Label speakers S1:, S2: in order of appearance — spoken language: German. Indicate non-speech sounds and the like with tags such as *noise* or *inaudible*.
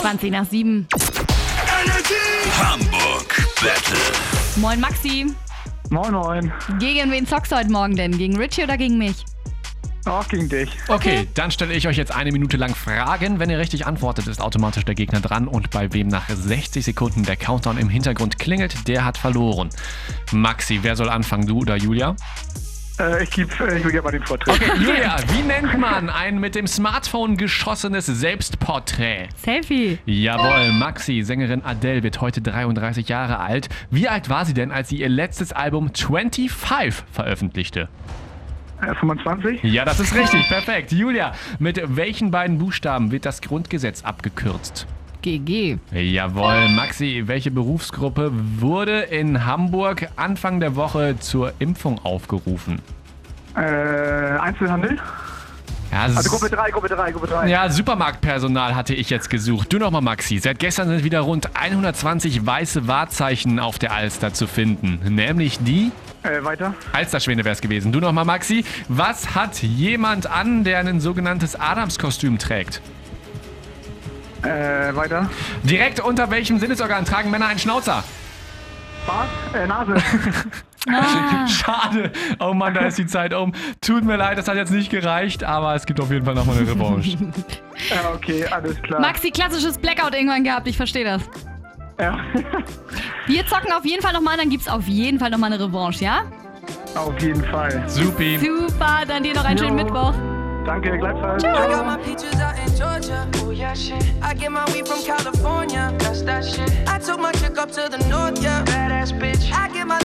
S1: 20 nach 7.
S2: Hamburg Battle.
S1: Moin Maxi.
S3: Moin, moin.
S1: Gegen wen zockst du heute Morgen denn? Gegen Richie oder gegen mich?
S3: Auch gegen dich.
S4: Okay, dann stelle ich euch jetzt eine Minute lang Fragen. Wenn ihr richtig antwortet, ist automatisch der Gegner dran und bei wem nach 60 Sekunden der Countdown im Hintergrund klingelt, der hat verloren. Maxi, wer soll anfangen, du oder Julia?
S3: Äh, ich gebe äh, Julia mal den Vortritt.
S4: Julia, wie nennt man ein mit dem Smartphone geschossenes Selbstporträt?
S1: Selfie.
S4: Jawohl, Maxi, Sängerin Adele wird heute 33 Jahre alt. Wie alt war sie denn, als sie ihr letztes Album 25 veröffentlichte?
S3: Äh, 25?
S4: Ja, das ist richtig, perfekt. Julia, mit welchen beiden Buchstaben wird das Grundgesetz abgekürzt?
S1: GG.
S4: Jawohl, Maxi, welche Berufsgruppe wurde in Hamburg Anfang der Woche zur Impfung aufgerufen?
S3: Äh, Einzelhandel?
S4: Ja,
S3: Also
S4: s-
S3: Gruppe 3, Gruppe 3, Gruppe 3.
S4: Ja, Supermarktpersonal hatte ich jetzt gesucht. Du nochmal, Maxi. Seit gestern sind wieder rund 120 weiße Wahrzeichen auf der Alster zu finden. Nämlich die
S3: Äh, weiter.
S4: Alsterschwäne wäre es gewesen. Du nochmal, Maxi. Was hat jemand an, der ein sogenanntes Adamskostüm trägt?
S3: Äh, weiter.
S4: Direkt unter welchem Sinnesorgan tragen Männer einen Schnauzer?
S3: Bart? Äh, *laughs* Nase.
S4: *laughs* Schade. Oh Mann, da ist die Zeit um. Tut mir leid, das hat jetzt nicht gereicht, aber es gibt auf jeden Fall nochmal eine Revanche.
S3: äh, okay, alles klar.
S1: Maxi, klassisches Blackout irgendwann gehabt, ich verstehe das.
S3: Ja. *laughs*
S1: Wir zocken auf jeden Fall nochmal, dann gibt's auf jeden Fall nochmal eine Revanche, ja?
S3: Auf jeden Fall.
S4: Supi.
S1: Super, dann dir noch einen
S3: Jo.
S1: schönen Mittwoch.
S3: Danke, gleichfalls.
S5: I got my peaches out in Georgia. Oh yeah, shit. I get my weed from California. That's that shit. I took my chick up to the north, yeah. Badass bitch. I get my